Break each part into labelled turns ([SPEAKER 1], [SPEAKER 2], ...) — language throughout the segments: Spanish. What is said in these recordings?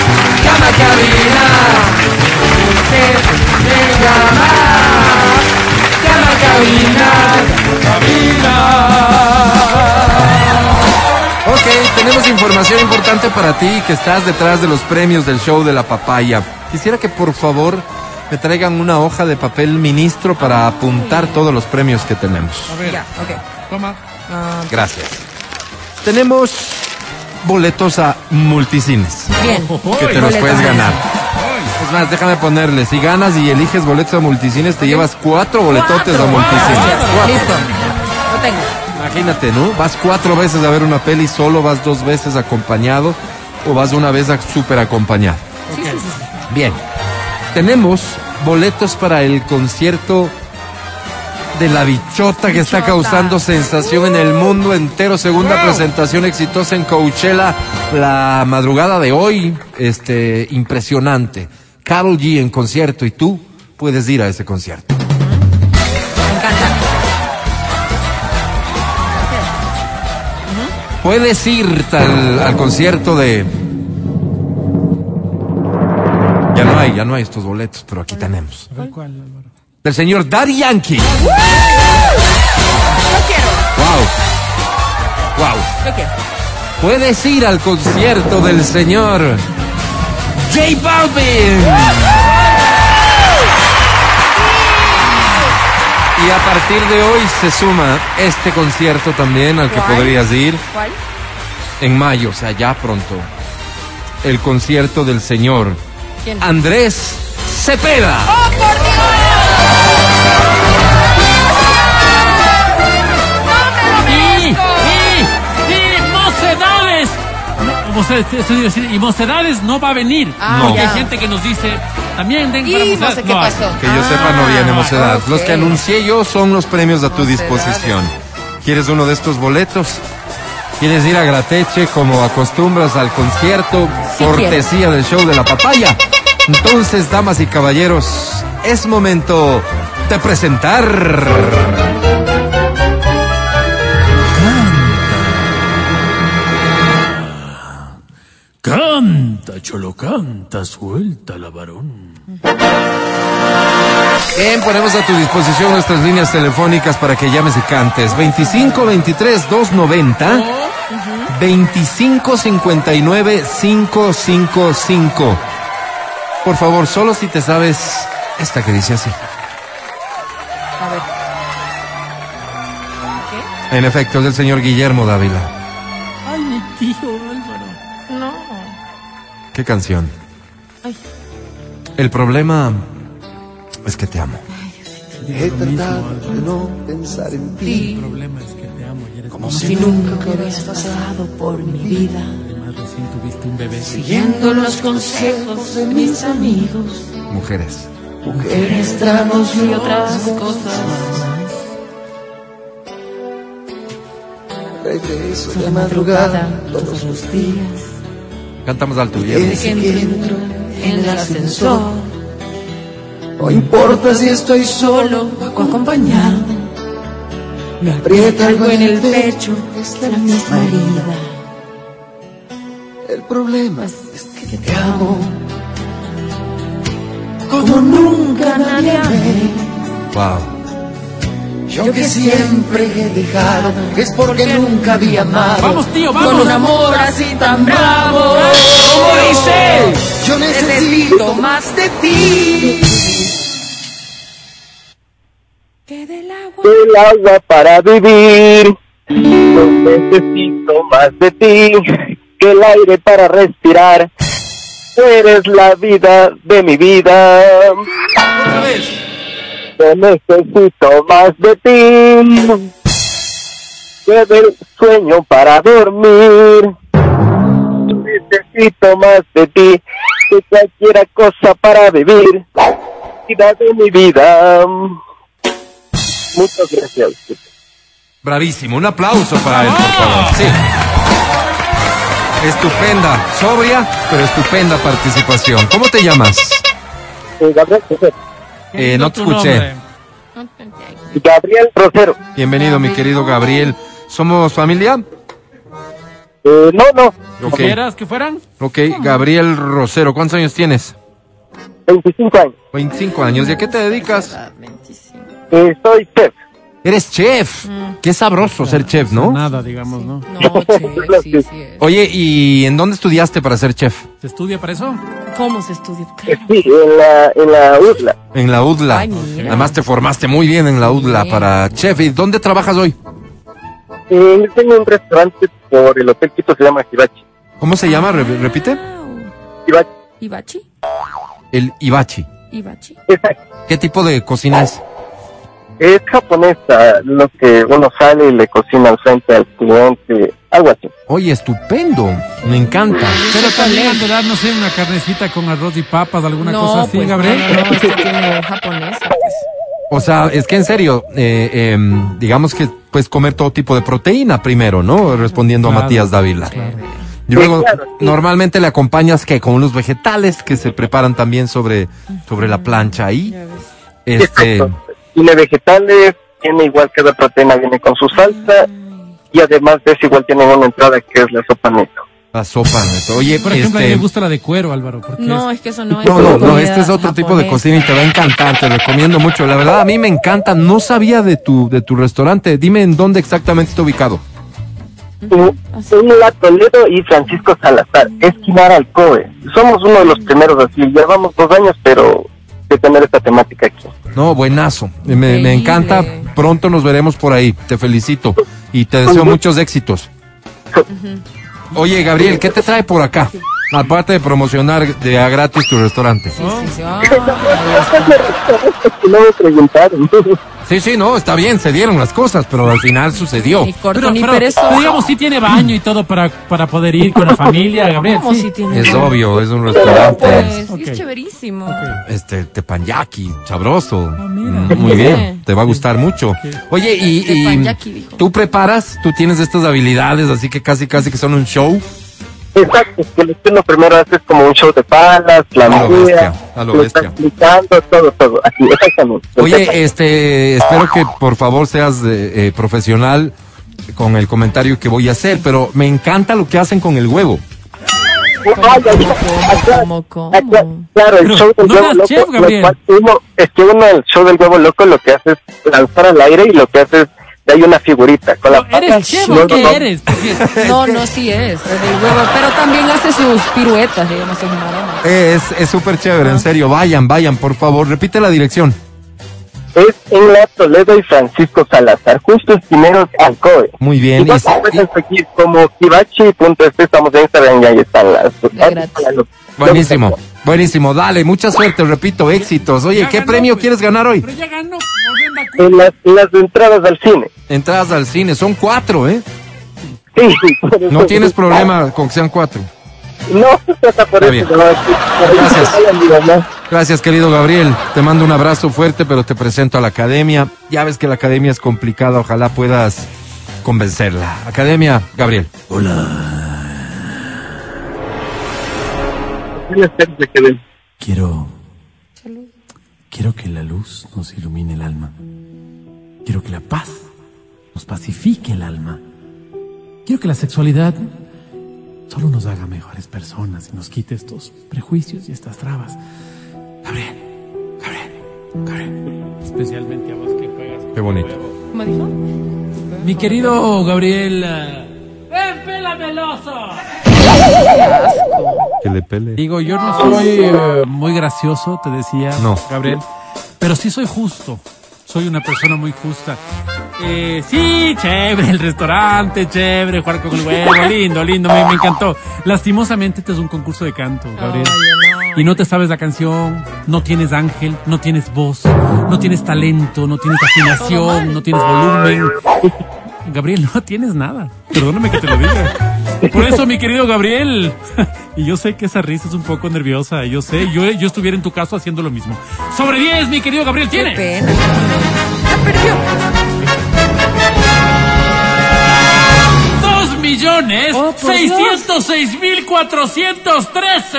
[SPEAKER 1] la cabina. Usted venga más. Llama a cabina. Cabina.
[SPEAKER 2] Ok, tenemos información importante para ti que estás detrás de los premios del show de la papaya. Quisiera que por favor me traigan una hoja de papel ministro para apuntar todos los premios que tenemos.
[SPEAKER 3] A ver. Ya, okay. Toma.
[SPEAKER 2] Uh, Gracias. Tenemos boletos a multicines.
[SPEAKER 3] Bien.
[SPEAKER 2] Que te los puedes ganar. Es más, déjame ponerle, si ganas y eliges boletos a multicines, te llevas cuatro boletotes a
[SPEAKER 3] Ah,
[SPEAKER 2] multicines.
[SPEAKER 3] Cuatro. Listo. Lo tengo.
[SPEAKER 2] Imagínate, ¿no? Vas cuatro veces a ver una peli, solo vas dos veces acompañado o vas una vez súper acompañado.
[SPEAKER 3] Sí, okay. sí, sí.
[SPEAKER 2] Bien tenemos boletos para el concierto de la bichota, bichota. que está causando sensación uh, en el mundo entero. Segunda wow. presentación exitosa en Coachella la madrugada de hoy. Este, impresionante. Carol G en concierto y tú puedes ir a ese concierto.
[SPEAKER 3] Me encanta.
[SPEAKER 2] Puedes ir al, al concierto de ya no hay, ya no hay estos boletos, pero aquí tenemos.
[SPEAKER 3] ¿Cuál?
[SPEAKER 2] Del señor Daddy Yankee.
[SPEAKER 3] ¡Woo! Lo quiero.
[SPEAKER 2] Wow. Wow.
[SPEAKER 3] Lo quiero.
[SPEAKER 2] Puedes ir al concierto del señor J Balvin. Y a partir de hoy se suma este concierto también al que
[SPEAKER 3] ¿Cuál?
[SPEAKER 2] podrías ir.
[SPEAKER 3] ¿Cuál?
[SPEAKER 2] En mayo, o sea, ya pronto. El concierto del señor.
[SPEAKER 3] ¿Quién?
[SPEAKER 2] Andrés Cepeda.
[SPEAKER 3] ¡Oh, por Dios!
[SPEAKER 4] ¡No me lo merezco! Y, y, y, y Mocedades no va a venir.
[SPEAKER 3] Ah,
[SPEAKER 4] porque
[SPEAKER 3] ya.
[SPEAKER 4] hay gente que nos dice también den para
[SPEAKER 3] Y no sé qué
[SPEAKER 4] no,
[SPEAKER 3] pasó.
[SPEAKER 2] Que yo sepa no viene
[SPEAKER 3] Ah,
[SPEAKER 2] Mocedades. Los
[SPEAKER 3] ok.
[SPEAKER 2] que anuncié yo son los premios a tu
[SPEAKER 3] Mocedades.
[SPEAKER 2] disposición. ¿Quieres uno de estos boletos? ¿Quieres ir a Grateche como acostumbras al concierto
[SPEAKER 3] Sí
[SPEAKER 2] cortesía del show de la papaya? Entonces, damas y caballeros, es momento de presentar.
[SPEAKER 4] Canta, cholo, canta, suelta la varón.
[SPEAKER 2] Bien, ponemos a tu disposición nuestras líneas telefónicas para que llames y cantes. 25 23 290
[SPEAKER 3] Oh,
[SPEAKER 2] 25 59 555. Por favor, solo si te sabes esta que dice así.
[SPEAKER 3] A ver. ¿Qué?
[SPEAKER 2] En efecto, es del señor Guillermo Dávila.
[SPEAKER 4] Ay, mi tío Álvaro.
[SPEAKER 3] No.
[SPEAKER 2] ¿Qué canción?
[SPEAKER 3] Ay.
[SPEAKER 2] El problema es que te amo.
[SPEAKER 5] He tratado de no pensar en ti,
[SPEAKER 4] El problema es que te amo y eres
[SPEAKER 5] como
[SPEAKER 4] mi
[SPEAKER 5] si nunca
[SPEAKER 6] hubieras pasado por mi vida,
[SPEAKER 4] madre, más recién tuviste un bebé.
[SPEAKER 6] siguiendo los consejos de mis amigos,
[SPEAKER 2] Mujeres.
[SPEAKER 6] mujeres, tragos y otras cosas.
[SPEAKER 5] regreso
[SPEAKER 6] La
[SPEAKER 5] de
[SPEAKER 6] madrugada,
[SPEAKER 5] madrugada, pues,
[SPEAKER 6] todos los días,
[SPEAKER 2] Cantamos alto, Guillermo.
[SPEAKER 6] desde que entro en el ascensor,
[SPEAKER 5] no importa si estoy solo,
[SPEAKER 6] solo o acompañado, me aprieta algo en el pecho, es la misma herida.
[SPEAKER 5] el problema es Pues, que te amo,
[SPEAKER 6] Como nunca nadie amé,
[SPEAKER 2] Wow.
[SPEAKER 5] yo que siempre he dejado, es porque nunca había amado,
[SPEAKER 4] Vamos, tío,
[SPEAKER 6] con
[SPEAKER 4] vamos.
[SPEAKER 6] un amor así tan bravo.
[SPEAKER 5] como dice, yo necesito
[SPEAKER 6] más de ti.
[SPEAKER 7] el agua para vivir. Yo necesito más de ti que el aire para respirar. Eres la vida de mi vida. Yo necesito más de ti que del sueño para dormir. Yo necesito más de ti que cualquier cosa para vivir. La vida de mi vida. Muchas gracias.
[SPEAKER 2] Bravísimo, un aplauso para él, por favor. Sí. Estupenda, sobria, pero estupenda participación. ¿Cómo te llamas?
[SPEAKER 7] Eh, Gabriel Rosero.
[SPEAKER 2] Eh, no te
[SPEAKER 4] Tu
[SPEAKER 2] escuché.
[SPEAKER 4] nombre.
[SPEAKER 7] Gabriel Rosero.
[SPEAKER 2] Bienvenido, mi querido Gabriel. ¿Somos familia?
[SPEAKER 7] Eh, no, no,
[SPEAKER 2] Ok,
[SPEAKER 4] ¿Quieras que fueran?
[SPEAKER 2] ok, Gabriel Rosero, ¿cuántos años tienes?
[SPEAKER 7] 25 años.
[SPEAKER 2] 25 años, ¿y a qué te dedicas?
[SPEAKER 3] Edad, 25.
[SPEAKER 7] Eh, soy chef.
[SPEAKER 2] Eres chef. Qué sabroso ser chef, ¿no?
[SPEAKER 4] Nada, digamos, ¿no?
[SPEAKER 3] No, che, sí, sí. es.
[SPEAKER 2] Oye, ¿y en dónde estudiaste para ser chef?
[SPEAKER 4] ¿Se estudia para eso?
[SPEAKER 3] ¿Cómo se estudia?
[SPEAKER 7] Eh, sí, en la, en la UDLA.
[SPEAKER 2] En la UDLA.
[SPEAKER 3] Ay, mira.
[SPEAKER 2] Además te formaste muy bien en la UDLA
[SPEAKER 3] Sí.
[SPEAKER 2] para chef. ¿Y dónde trabajas hoy?
[SPEAKER 7] Eh, yo tengo un restaurante por el hotel Quito, se llama Hibachi.
[SPEAKER 2] ¿Cómo se llama? Re- Repite.
[SPEAKER 3] Wow.
[SPEAKER 7] Hibachi,
[SPEAKER 3] Ibachi,
[SPEAKER 2] El Ibachi.
[SPEAKER 3] Ibachi.
[SPEAKER 7] exacto.
[SPEAKER 2] ¿Qué tipo de cocina es?
[SPEAKER 7] Es japonesa, lo que uno sale y le cocina al frente al cliente, algo así.
[SPEAKER 2] Oye, estupendo. Me encanta.
[SPEAKER 4] Pero también han de dar, no sé, una carnecita con arroz y papas, alguna
[SPEAKER 3] no,
[SPEAKER 4] cosa así,
[SPEAKER 3] pues,
[SPEAKER 4] Gabriel.
[SPEAKER 3] No, no, no, esto tiene japonesa, pues.
[SPEAKER 2] O sea, es que en serio, eh, em, digamos que pues comer todo tipo de proteína primero, ¿no? Respondiendo a
[SPEAKER 4] Claro,
[SPEAKER 2] Matías Dávila.
[SPEAKER 4] claro.
[SPEAKER 2] Y luego,
[SPEAKER 7] Sí, claro, sí.
[SPEAKER 2] normalmente le acompañas que con unos vegetales que se preparan también sobre, sobre la plancha ahí.
[SPEAKER 3] Ya ves.
[SPEAKER 2] Este,
[SPEAKER 7] Exacto. Tiene vegetales, tiene igual cada proteína, viene con su salsa. Y además de eso, igual tienen una entrada que es la sopa neto.
[SPEAKER 2] la sopa. Neto. Oye,
[SPEAKER 4] Por ejemplo, a mí
[SPEAKER 2] este,
[SPEAKER 4] me gusta la de cuero, Álvaro, porque
[SPEAKER 3] No,
[SPEAKER 4] es-
[SPEAKER 3] es que eso no es.
[SPEAKER 2] No, no, no,
[SPEAKER 3] comida
[SPEAKER 2] este es otro tipo de
[SPEAKER 3] japonesa.
[SPEAKER 2] cocina y te va a encantar, te recomiendo mucho. La verdad, a mí me encanta, no sabía de tu, de tu restaurante. Dime en dónde exactamente está ubicado.
[SPEAKER 7] Un la Toledo y Francisco Salazar, esquivar al COE. Somos uno de los primeros así, llevamos dos años, pero de tener esta temática aquí.
[SPEAKER 2] No, buenazo, me, me
[SPEAKER 3] Increíble.
[SPEAKER 2] encanta. Pronto nos veremos por ahí, te felicito y te deseo muchos éxitos. Oye, Gabriel, ¿qué te trae por acá? Aparte de promocionar de a gratis tu restaurante.
[SPEAKER 3] Sí, sí, sí. Ah,
[SPEAKER 7] Y luego preguntaron.
[SPEAKER 2] Sí, sí, no, está bien, se dieron las cosas, pero al final sucedió.
[SPEAKER 3] ni corto
[SPEAKER 4] Pero,
[SPEAKER 3] ni
[SPEAKER 4] pero,
[SPEAKER 3] perezoso.
[SPEAKER 4] digamos, sí tiene baño y todo para, para poder ir con la familia, Gabriel.
[SPEAKER 3] ¿Cómo
[SPEAKER 4] sí.
[SPEAKER 3] si tiene
[SPEAKER 2] Es
[SPEAKER 3] hambre?
[SPEAKER 2] obvio, es un
[SPEAKER 3] Pues,
[SPEAKER 2] restaurante.
[SPEAKER 3] sí,
[SPEAKER 4] Ok.
[SPEAKER 3] es chéverísimo.
[SPEAKER 2] este tepanyaki, sabroso.
[SPEAKER 4] mira.
[SPEAKER 2] Mm, Muy
[SPEAKER 3] Ah, Sí.
[SPEAKER 2] bien, te va a gustar mucho. Oye, y, y
[SPEAKER 3] Tepanyaki, dijo.
[SPEAKER 2] tú preparas, tú tienes estas habilidades, así que casi casi que son un show.
[SPEAKER 7] Exacto, que lo que uno primero hace es como un show de palas, la
[SPEAKER 2] A lo
[SPEAKER 7] mía,
[SPEAKER 2] bestia, a lo
[SPEAKER 7] está
[SPEAKER 2] bestia.
[SPEAKER 7] explicando todo, todo, así, exactamente.
[SPEAKER 2] Oye, este, espero que por favor seas eh, eh, profesional con el comentario que voy a hacer, pero me encanta lo que hacen con el huevo.
[SPEAKER 7] Ay, ay,
[SPEAKER 3] ¿Cómo,
[SPEAKER 7] ay,
[SPEAKER 3] cómo,
[SPEAKER 7] claro,
[SPEAKER 3] cómo,
[SPEAKER 7] Ah,
[SPEAKER 3] cómo?
[SPEAKER 7] cla- Claro, el
[SPEAKER 4] Pero,
[SPEAKER 7] show del
[SPEAKER 4] no
[SPEAKER 7] huevo
[SPEAKER 4] eras
[SPEAKER 7] loco.
[SPEAKER 4] chef,
[SPEAKER 7] lo
[SPEAKER 4] Gabriel.
[SPEAKER 7] cual uno- es que uno, el show del huevo loco, lo que hace es lanzar al aire y lo que hace es. Hay una figurita con la pata.
[SPEAKER 4] ¿Eres chef
[SPEAKER 7] No,
[SPEAKER 4] o
[SPEAKER 7] no,
[SPEAKER 4] qué
[SPEAKER 7] no.
[SPEAKER 4] eres? Porque-
[SPEAKER 3] No, no, sí es. es del huevo, pero también hace sus piruetas, digamos, sus maromas.
[SPEAKER 2] Eh, Es es súper chévere,
[SPEAKER 4] Ah.
[SPEAKER 2] en serio. Vayan, vayan, por favor. Repite la dirección.
[SPEAKER 7] Es en la Toledo y Francisco Salazar, justo esquineros al COE.
[SPEAKER 2] Muy
[SPEAKER 7] Y
[SPEAKER 2] bien.
[SPEAKER 7] nos
[SPEAKER 2] Y- y-
[SPEAKER 7] pueden seguir como kibachi.es, estamos en Instagram y ahí están las.
[SPEAKER 3] gratis.
[SPEAKER 2] buenísimo, buenísimo. Dale, mucha suerte, repito, éxitos. Oye,
[SPEAKER 4] Ya
[SPEAKER 2] ¿qué
[SPEAKER 4] ganó,
[SPEAKER 2] premio
[SPEAKER 4] pues.
[SPEAKER 2] quieres ganar hoy?
[SPEAKER 4] Pero ya ganó. no venda cu-
[SPEAKER 7] En las, las entradas al cine.
[SPEAKER 2] Entradas al cine, son cuatro, ¿eh?
[SPEAKER 7] Sí, sí, por eso-
[SPEAKER 2] No tienes problema con que sean cuatro.
[SPEAKER 7] No, hasta por
[SPEAKER 2] Está
[SPEAKER 7] eso.
[SPEAKER 2] bien.
[SPEAKER 7] no, sí, por eso
[SPEAKER 2] Gracias.
[SPEAKER 7] que vayan, digo, ¿no?
[SPEAKER 2] Gracias, querido Gabriel. Te mando un abrazo fuerte, pero te presento a la academia. Ya ves que la academia es complicada, ojalá puedas convencerla. Academia, Gabriel.
[SPEAKER 7] Buenas tardes, que ven.
[SPEAKER 8] Quiero. Quiero que la luz nos ilumine el alma. Quiero que la paz nos pacifique el alma. Quiero que la sexualidad solo nos haga mejores personas y nos quite estos prejuicios y estas trabas. Gabriel, Gabriel, Gabriel.
[SPEAKER 4] Especialmente a vos que juegas.
[SPEAKER 2] Qué bonito.
[SPEAKER 3] ¿Cómo dijo?
[SPEAKER 4] Mi querido Gabriel. eh, ¡Ven, pela meloso!
[SPEAKER 2] Que le pele.
[SPEAKER 4] Digo, yo no soy eh, muy gracioso, te decía
[SPEAKER 2] No.
[SPEAKER 4] Gabriel, pero sí soy justo. Soy una persona muy justa. Eh, sí, chévere, el restaurante, chévere, jugar con el huevo, lindo, lindo, me, me encantó. Lastimosamente este es un concurso de canto, Gabriel.
[SPEAKER 3] Oye, no.
[SPEAKER 4] Y no te sabes la canción, no tienes ángel, no tienes voz, no tienes talento, no tienes
[SPEAKER 3] Todo mal.
[SPEAKER 4] afinación, no tienes volumen. Gabriel, no tienes nada. Perdóname que te lo diga. Por eso, mi querido Gabriel. Y yo sé que esa risa es un poco nerviosa, yo sé, yo, yo estuviera en tu caso haciendo lo mismo. Sobre 10, mi querido Gabriel,
[SPEAKER 3] Qué
[SPEAKER 4] tiene.
[SPEAKER 3] pena. Ya perdió.
[SPEAKER 4] 2 millones
[SPEAKER 3] Oh, por
[SPEAKER 4] 606 mil 413.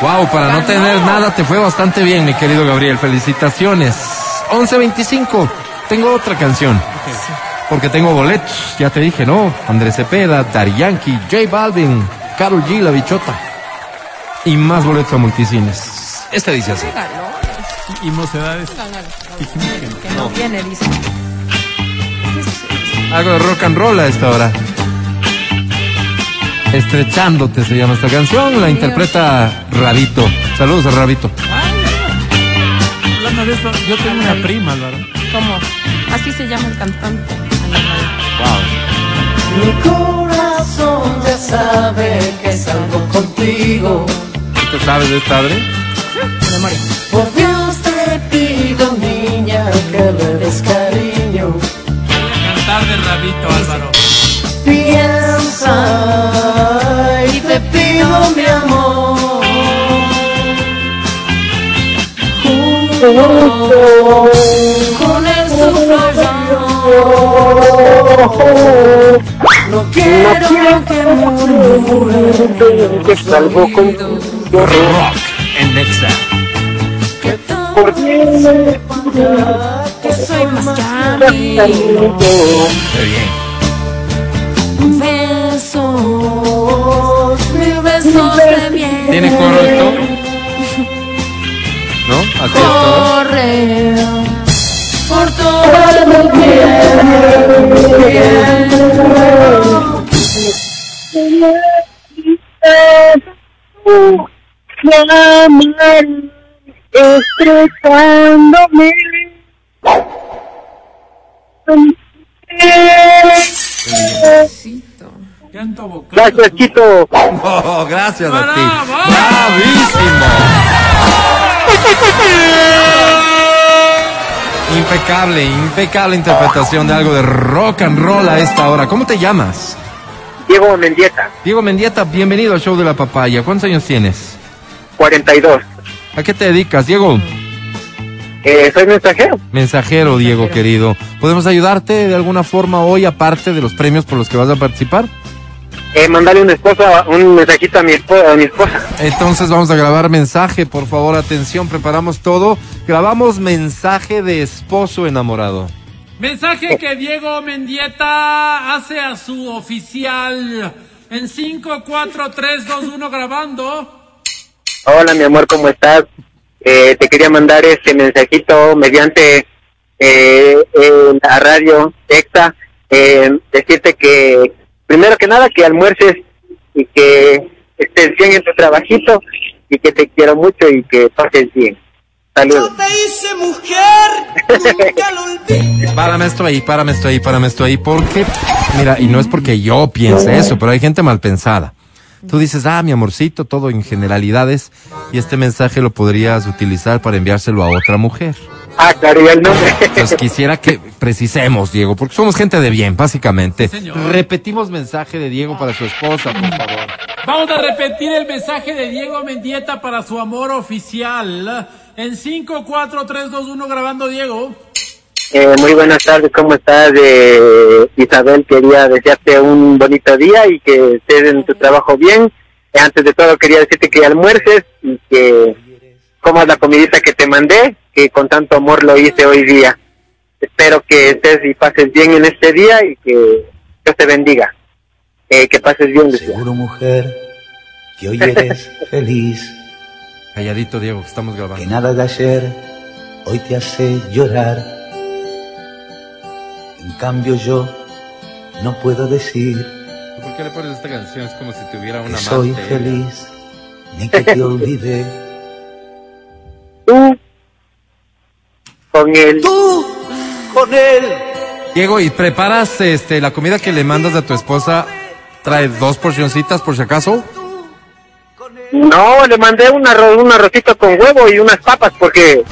[SPEAKER 2] Wow, para no tener nada te fue bastante bien, mi querido Gabriel. Felicitaciones. 11.25. Tengo otra canción. Porque tengo boletos, ya te dije, ¿no? Andrés Cepeda, Darianki, J Balvin, Carol G, La Bichota. Y más boletos a multicines. Este dice así.
[SPEAKER 3] Regalón.
[SPEAKER 4] Y mocedades. Dijimos que no.
[SPEAKER 3] Que no viene, dice.
[SPEAKER 2] Algo de rock and roll a esta hora. Estrechándote se llama esta canción, la interpreta Rabito. Saludos a Rabito.
[SPEAKER 4] Hablando de esto, yo tengo una prima, Álvaro.
[SPEAKER 3] ¿Cómo? Así se llama el cantante.
[SPEAKER 5] Mi corazón ya sabe que salgo contigo.
[SPEAKER 2] ¿Tú te sabes de este esta Adri?
[SPEAKER 5] Por Dios te pido, niña, que le des cariño.
[SPEAKER 4] Cantar de rabito, Álvaro.
[SPEAKER 5] Piensa y te pido, mi amor. Junto con el sufragón. No quiero que murmures
[SPEAKER 7] que salvo contigo.
[SPEAKER 2] Rock en Nexa.
[SPEAKER 7] Por Dios,
[SPEAKER 6] Yo soy más que amigo.
[SPEAKER 2] Qué bien.
[SPEAKER 6] Besos, mil besos de miel.
[SPEAKER 2] ¿Tiene coro esto? ¿No? Así es todo.
[SPEAKER 6] Corre por todo mi cuerpo.
[SPEAKER 7] Llamar estrechándome.
[SPEAKER 3] Cito.
[SPEAKER 4] Canto vocal.
[SPEAKER 7] Gracias, Chito.
[SPEAKER 2] Oh, gracias a ti.
[SPEAKER 4] ¡Bravo!
[SPEAKER 2] ¡Bravísimo! Impecable, impecable interpretación de algo de rock and roll a esta hora. ¿Cómo te llamas?
[SPEAKER 7] Diego Mendieta,
[SPEAKER 2] Diego Mendieta, bienvenido al show de la papaya. ¿Cuántos años tienes?
[SPEAKER 7] 42.
[SPEAKER 2] ¿A qué te dedicas, Diego?
[SPEAKER 7] Eh, soy mensajero.
[SPEAKER 2] Mensajero, Diego querido. ¿Podemos ayudarte de alguna forma hoy, aparte de los premios por los que vas a participar?
[SPEAKER 7] Eh, mandarle una esposa, un mensajito a mi, espo- a mi esposa.
[SPEAKER 2] Entonces vamos a grabar mensaje, por favor, atención, preparamos todo. Grabamos mensaje de esposo enamorado.
[SPEAKER 4] Mensaje que Diego Mendieta hace a su oficial. En 5, 4, 3, 2, 1 grabando.
[SPEAKER 7] Hola, mi amor, ¿cómo estás? Eh, te quería mandar este mensajito mediante eh, eh, la radio EXA. eh, decirte que, primero que nada, que almuerces y que estés bien en tu trabajito y que te quiero mucho y que pases bien. Saludos.
[SPEAKER 2] Párame esto ahí, párame esto ahí, párame esto ahí, porque, mira, y no es porque yo piense eso, pero hay gente mal pensada. Tú dices, ah, mi amorcito, todo en generalidades, y este mensaje lo podrías utilizar para enviárselo a otra mujer.
[SPEAKER 7] Ah, claro, ya el nombre.
[SPEAKER 2] Entonces quisiera que precisemos, Diego, porque somos gente de bien, básicamente.
[SPEAKER 4] señor.
[SPEAKER 2] Repetimos mensaje de Diego para su esposa, por favor.
[SPEAKER 4] Vamos a repetir el mensaje de Diego Mendieta para su amor oficial. En 5, 4, 3, 2, 1 grabando, Diego.
[SPEAKER 7] Eh, muy buenas tardes, ¿cómo estás? Eh, Isabel, quería desearte un bonito día y que estés en tu trabajo bien. Eh, antes de todo, quería decirte que almuerces y que comas la comidita que te mandé, que con tanto amor lo hice hoy día. Espero que estés y pases bien en este día y que Dios te bendiga. Eh, que pases bien, Lucía.
[SPEAKER 9] Seguro mujer que hoy eres feliz,
[SPEAKER 2] Calladito, Diego, que estamos
[SPEAKER 9] que
[SPEAKER 2] grabando.
[SPEAKER 9] nada de ayer hoy te hace llorar. En cambio yo no puedo decir
[SPEAKER 2] ¿Por qué le pones esta canción? Es como si tuviera
[SPEAKER 9] que soy feliz, ni que te olvidé.
[SPEAKER 7] Tú, con él,
[SPEAKER 9] Tú con él.
[SPEAKER 2] Diego, ¿y preparas este, la comida que le mandas a tu esposa? ¿Trae dos porcioncitas por si acaso?
[SPEAKER 7] No, le mandé un, arroz, un arrocito con huevo y unas papas porque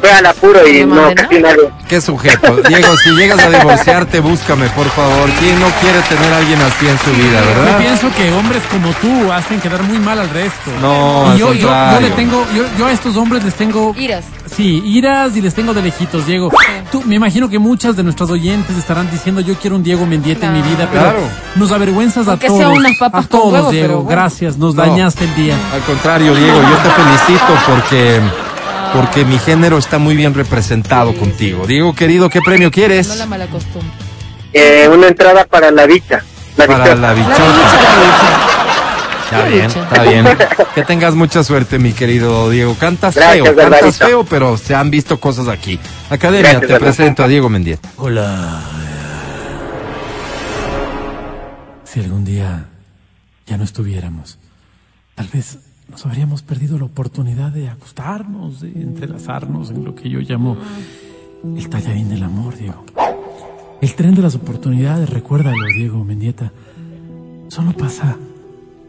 [SPEAKER 7] fue al apuro y
[SPEAKER 3] No le
[SPEAKER 7] no,
[SPEAKER 3] mandé
[SPEAKER 7] casi nada.
[SPEAKER 2] Qué sujeto. Diego, si llegas a divorciarte, búscame, por favor. ¿Quién no quiere tener a alguien así en su vida,
[SPEAKER 4] Yo
[SPEAKER 2] verdad?
[SPEAKER 4] pienso que hombres como tú hacen quedar muy mal al resto.
[SPEAKER 2] No,
[SPEAKER 4] Y
[SPEAKER 2] al
[SPEAKER 4] yo, yo, yo le
[SPEAKER 2] contrario.
[SPEAKER 4] tengo, yo, yo a estos hombres les tengo
[SPEAKER 3] Iras.
[SPEAKER 4] Sí, iras y les tengo de lejitos, Diego. Tú, me imagino que muchas de nuestras oyentes estarán diciendo yo quiero un Diego Mendieta en mi vida, pero
[SPEAKER 2] Claro.
[SPEAKER 4] nos avergüenzas a
[SPEAKER 3] Aunque sea
[SPEAKER 4] todos.
[SPEAKER 3] unas papas
[SPEAKER 4] a
[SPEAKER 3] con
[SPEAKER 4] todos,
[SPEAKER 3] huevo,
[SPEAKER 4] Diego.
[SPEAKER 3] pero bueno.
[SPEAKER 4] Gracias, nos
[SPEAKER 2] No.
[SPEAKER 4] dañaste el día.
[SPEAKER 2] Al contrario, Diego, yo te felicito porque, porque mi género está muy bien representado contigo. Diego, querido, ¿qué premio
[SPEAKER 3] No
[SPEAKER 2] quieres?
[SPEAKER 3] la mala costumbre.
[SPEAKER 7] eh, una entrada para la bicha. La
[SPEAKER 2] para
[SPEAKER 7] bichota.
[SPEAKER 2] la bichota. Está bien, está bien. Que tengas mucha suerte, mi querido Diego. Cantas
[SPEAKER 7] Gracias,
[SPEAKER 2] feo, cantas
[SPEAKER 7] Barbarito.
[SPEAKER 2] feo, pero se han visto cosas aquí. Academia,
[SPEAKER 7] Gracias,
[SPEAKER 2] te
[SPEAKER 7] Barbarito.
[SPEAKER 2] presento a Diego Mendieta.
[SPEAKER 8] Hola. Si algún día ya no estuviéramos, tal vez nos habríamos perdido la oportunidad de acostarnos, de entrelazarnos en lo que yo llamo el tallarín del amor, Diego. El tren de las oportunidades, recuérdalo, Diego Mendieta. Solo pasa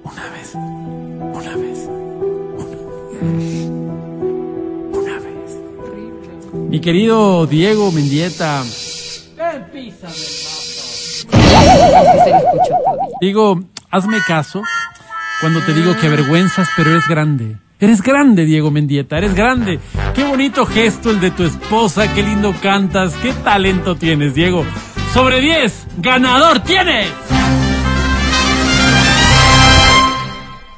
[SPEAKER 8] una vez, una vez, una, una vez.
[SPEAKER 4] Mi querido Diego Mendieta.
[SPEAKER 3] que se le escuchó todavía.
[SPEAKER 4] Digo, hazme caso cuando te digo que avergüenzas, pero eres grande. Eres grande, Diego Mendieta, eres grande. Qué bonito gesto el de tu esposa, qué lindo cantas, qué talento tienes, Diego. Sobre 10, ganador tienes.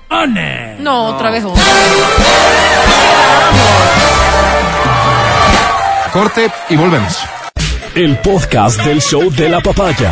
[SPEAKER 4] ¡One!
[SPEAKER 6] No, otra vez.
[SPEAKER 2] Corte y volvemos.
[SPEAKER 10] El podcast del show de la papaya.